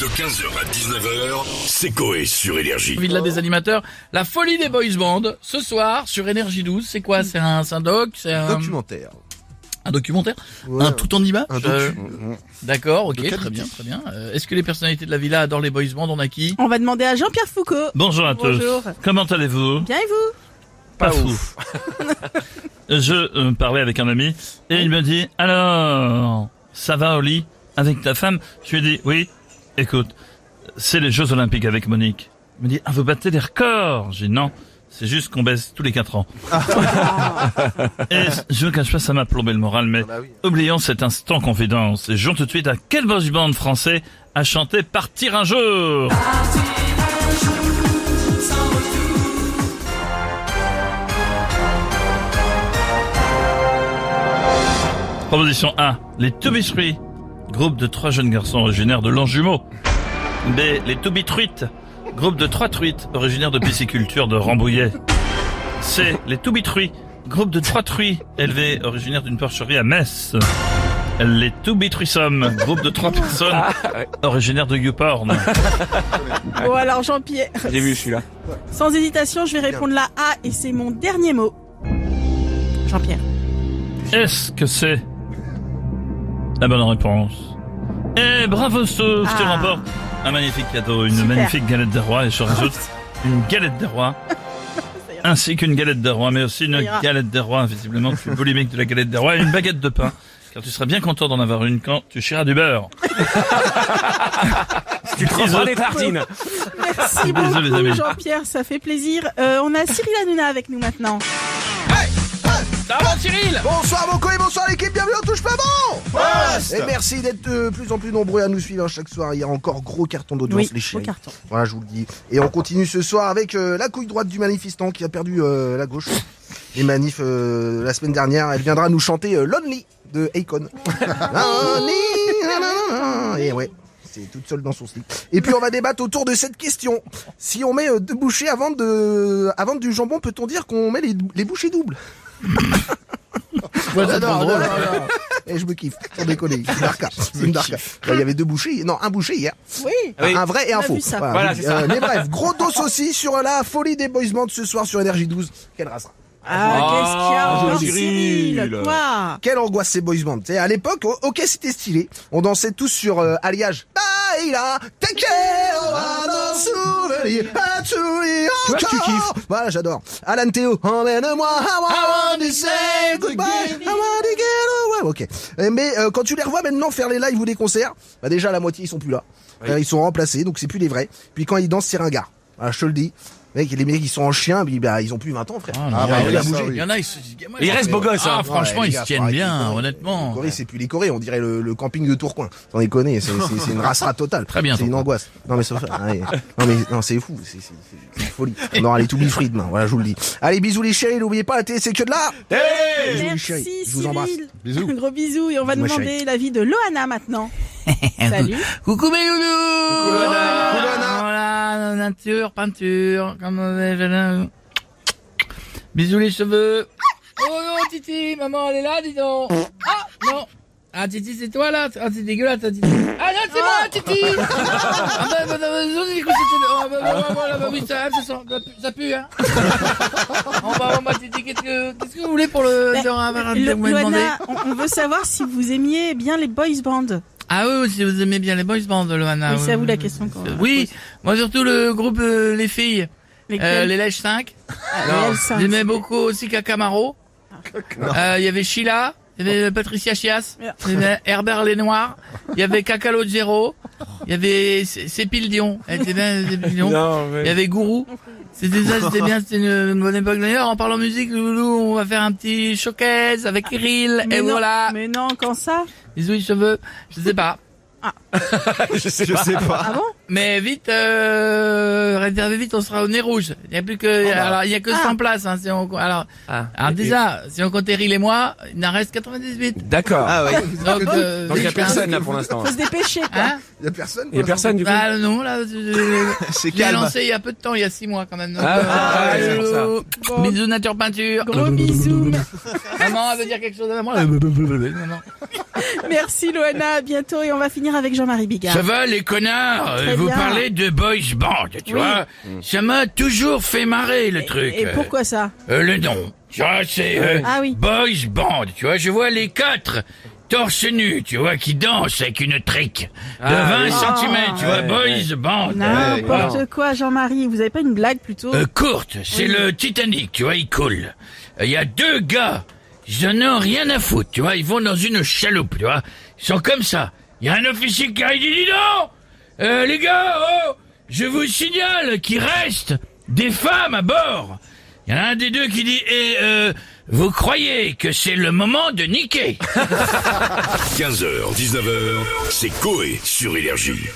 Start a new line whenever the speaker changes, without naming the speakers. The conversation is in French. De 15h à 19h, c'est Coé sur Énergie.
Villa des animateurs, la folie des boys band, ce soir sur Énergie 12, c'est quoi C'est un, c'est un doc C'est un,
Documentaire.
un documentaire
Ouais,
Un tout en image
Euh, un docu.
Euh, D'accord, ok,
De qualité.
très bien, très bien. Euh, Est-ce que les personnalités de la villa adorent les boys band On a qui
On va demander à Jean-Pierre Foucault.
Bonjour à
Bonjour.
tous. Comment allez-vous
Bien et vous
Pas, ouf. Je euh, parlais avec un ami et il me dit alors ça va au lit avec ta femme Je lui ai dit oui. Écoute, c'est les Jeux Olympiques avec Monique. Il me dit ah vous battez des records. J'ai dit non. C'est juste qu'on baisse tous les quatre ans. et je ne cache pas, ça m'a plombé le moral, mais
bah oui.
oublions cet instant confidence et jouons tout de suite à quel boss band français a chanté Partir un jour Proposition A, les To Be Three, groupe de trois jeunes garçons originaires de Langjumeau. B, les To Be Truites, groupe de trois truites originaires de pisciculture de Rambouillet. C, les To Be Truies, groupe de trois truies élevés originaires d'une porcherie à Metz. Les To Be Truisome, groupe de trois personnes originaires de Youporn.
Ah,
Bon alors Jean-Pierre,
Ah, J'ai vu celui-là.
sans hésitation, je vais répondre la A et c'est mon dernier mot. Jean-Pierre.
Est-ce que c'est la bonne réponse Eh, bravo Stouff, tu
Ah.
remportes un magnifique cadeau, une
Super.
magnifique galette des rois, et je rajoute une galette des rois,
ira.
ainsi qu'une galette des rois, mais aussi
Ça
une
ira.
galette des rois, visiblement plus boulimique de la galette des rois, et une baguette de pain, car tu seras bien content d'en avoir une quand tu chieras du beurre.
Tu te prends des tartines.
Merci
Désolé, les
beaucoup
amis.
Jean-Pierre, ça fait plaisir. Euh, on a Cyril Hanouna avec nous maintenant.
Ça va Cyril
Bonsoir mon et bonsoir l'équipe, bienvenue on touche pas bon Et merci d'être de plus en plus nombreux à nous suivre chaque soir. Il y a encore gros carton d'audience
Oui,
les
au
chéris.
carton.
Voilà, je vous le dis. Et on continue ce soir avec euh, la couille droite du manifestant qui a perdu euh, la gauche. Les manifs euh, la semaine dernière, elle viendra nous chanter euh, Lonely de Akon. Lonely, nanana. Et ouais. C'est toute seule dans son slip. Et puis on va débattre autour de cette question. Si on met euh, deux bouchées avant de, avant du jambon, peut-on dire qu'on met les, les bouchées doubles
Ouais, c'est trop drôle.
Et je me kiffe. Sans déconner. C'est une darka. C'est une darka. Là, Il y avait deux bouchées. Non, un boucher hier.
Oui.
Ah Oui.
Un vrai et
On
un
a
faux. Euh,
vu ça.
Voilà, c'est ça.
mais bref, gros dos aussi sur la folie des boys bands ce soir sur Énergie 12. Quelle race hein.
Ah, qu'est-ce qu'il y a
Ah,
encore
Cyril.
Cyril Quoi
Quelle angoisse ces boys bands. Tu sais, À l'époque, o- ok, c'était stylé. On dansait tous sur euh, Alliage. Baila, take care, on va dans le souvenir, à tous les
vois que tu
encore. Voilà, j'adore. Alan Théo, emmène-moi, I want to say goodbye, I want to get away. Ok. Euh, Mais euh, quand tu les revois maintenant faire les lives ou des concerts, bah déjà la moitié ils sont plus là. Euh, Ils sont remplacés, donc c'est plus les vrais. Puis quand ils dansent, c'est ringard. Voilà, je te le dis. Mec, les mecs, ils sont en chien, puis bah, ils ont plus 20 ans, frère.
Ah,
Ah, bah,
il,
il
y
a
en a,
bougé.
il y en a, ils se disent, moi,
Il
je-
reste beau gosse,
Ah,
hein.
franchement,
Ouais, les
ils
gars,
se tiennent
faut arrêter
bien,
les Corées. Les
honnêtement.
Corées, c'est plus les Corées, on dirait le, le camping de Tourcoing. T'en es connais, c'est c'est- c'est une race ratotale.
Très bien,
C'est une
Tourcoing.
angoisse. Non, mais sauf- ah, ouais. non, mais, non, c'est fou. C'est c'est- c'est- c'est une folie. On aura les to be free demain. Voilà, je vous le dis. Allez, bisous les chéris, n'oubliez pas, la télé, c'est que de là. Bisous, les chéris.
Merci
Eh, Je vous embrasse.
Cyril. Un gros bisou et on va
Bisous, ma
demander l'avis de Loana maintenant. Salut.
Coucou mes loulous Voilà, nature, peinture, comme euh, je- Bisous les cheveux Oh non, Titi, maman elle est là, dis donc Ah, non Ah Titi, c'est toi là Ah, c'est dégueulasse, ça, Titi Ah non, c'est moi, Titi Ah bah, bah, bah, bah, j'ai cru que c'était- oh, bah, bah, bah, voilà, bah, oui, ça, ça sent- ça pue, ça pue, hein Oh bah, oh, bah, Titi, qu'est-ce que, qu'est-ce que vous voulez pour le...
Ben,
Ah,
Dora, voilà,
Lo-
vous m'avez demandé.
Loana, on, on veut savoir si vous aimiez bien les boys band.
Ah oui, si vous aimez bien les boys bands, Loana.
Oui, c'est à
Ah oui,
vous la
oui.
question. qu'on-
Oui, moi surtout le groupe euh, Les Filles,
Les
euh,
quels
les Lèches 5.
Ah, les L5.
J'aimais beaucoup aussi Cacamaro. Euh, Il y avait Sheila, il y avait euh, Patricia Chias,
Merde.
il y avait Herbert Lenoir, il y avait Cacalo Gero, il y avait C- Cépile Dion, elle était bien, Cépile Dion.
Non,
Il y
mais...
avait Gourou. C'était ça, c'était bien, c'était une, une bonne époque. D'ailleurs, en parlant musique, Loulou, on va faire un petit showcase avec Kirill,
Mais
et
non,
voilà.
Mais non, quand ça
Bisous, les cheveux. Je sais pas.
je sais pas.
Ah bon
Mais vite, euh, réservez vite, on sera au nez rouge. Il n'y a plus que,
bah.
alors il n'y a que
Ah.
100 places. Hein, si on, alors,
Ah.
alors déjà, si on compte Eric et moi, il n'en reste 98.
D'accord.
Ah ouais.
Donc, euh,
Donc il y a
vite,
personne là pour l'instant.
Faut se dépêcher quoi.
Hein, hein
Il y a personne.
Il y a personne du coup.
Bah non, là, je- je-
C'est
je l'ai lancé il y a peu de temps, il y a 6 mois quand même. Donc,
Ah, ah,
allô.
c'est pour ça.
Bon.
Bisous nature peinture.
Gros bisous.
Maman, elle veut dire quelque chose à maman. là. Maman.
Merci Loana, à bientôt et on va finir avec Jean-Marie Bigard.
Ça va les connards Euh,
Très
Vous
bien.
parlez de boys band, tu
Oui. Mm.
vois Ça m'a toujours fait marrer le truc.
Et pourquoi ça
Euh, le nom. Tu vois, c'est euh,
Ah oui.
Boys Band, tu vois, je vois les quatre torse nu, tu vois, qui dansent avec une trique de
Ah
20 cm, tu vois, Boys Band.
N'importe quoi Jean-Marie, vous avez pas une blague plutôt
Euh, courte, c'est le Titanic, tu vois, il coule. Il y a deux gars, ils en ont rien à foutre, tu vois, ils vont dans une chaloupe, tu vois. Ils sont comme ça. Il y a un officier qui arrive, il dit, dis donc euh, les gars, oh, je vous signale qu'il reste des femmes à bord. Il y en a un des deux qui dit, et euh, vous croyez que c'est le moment de niquer
15h, 19h, c'est Coé sur Énergie.